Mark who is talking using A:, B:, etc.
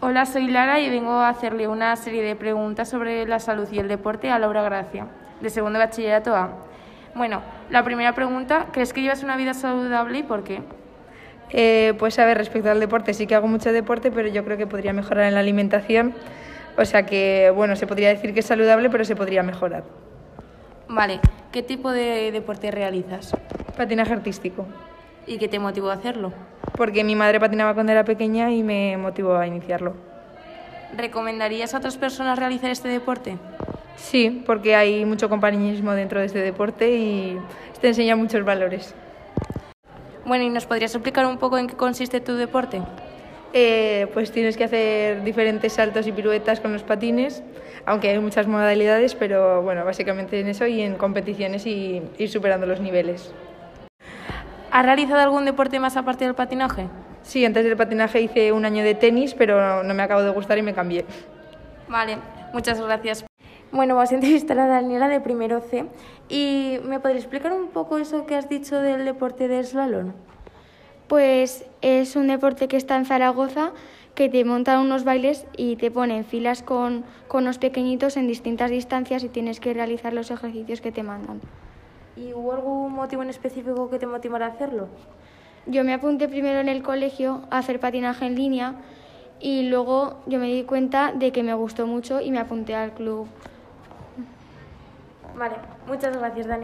A: Hola, soy Lara y vengo a hacerle una serie de preguntas sobre la salud y el deporte a Laura Gracia, de segundo de bachillerato A. Bueno, la primera pregunta, ¿crees que llevas una vida saludable y por qué?
B: Eh, pues a ver, respecto al deporte, sí que hago mucho deporte, pero yo creo que podría mejorar en la alimentación. O sea que, bueno, se podría decir que es saludable, pero se podría mejorar.
A: Vale, ¿qué tipo de deporte realizas
B: Patinaje artístico,
A: y qué te motivó a hacerlo?
B: porque mi madre patinaba cuando era pequeña y me motivó a iniciarlo.
A: ¿Recomendarías a otras personas realizar este deporte?
B: Sí, porque hay mucho compañerismo dentro de este deporte y te enseña muchos valores.
A: Bueno, ¿y nos podrías explicar un poco en qué consiste tu deporte?
B: Eh, pues tienes que hacer diferentes saltos y piruetas con los patines, aunque hay muchas modalidades, pero bueno, básicamente en eso y en competiciones y ir superando los niveles.
A: ¿Has realizado algún deporte más aparte del patinaje?
B: Sí, antes del patinaje hice un año de tenis, pero no me acabo de gustar y me cambié.
A: Vale, muchas gracias.
C: Bueno, vamos a entrevistar a Daniela de primero C. ¿Y me podrías explicar un poco eso que has dicho del deporte de slalom?
D: Pues es un deporte que está en Zaragoza, que te montan unos bailes y te ponen filas con, con los pequeñitos en distintas distancias y tienes que realizar los ejercicios que te mandan.
C: ¿Y hubo algún motivo en específico que te motivara a hacerlo?
D: Yo me apunté primero en el colegio a hacer patinaje en línea y luego yo me di cuenta de que me gustó mucho y me apunté al club
C: Vale, muchas gracias, Daniela.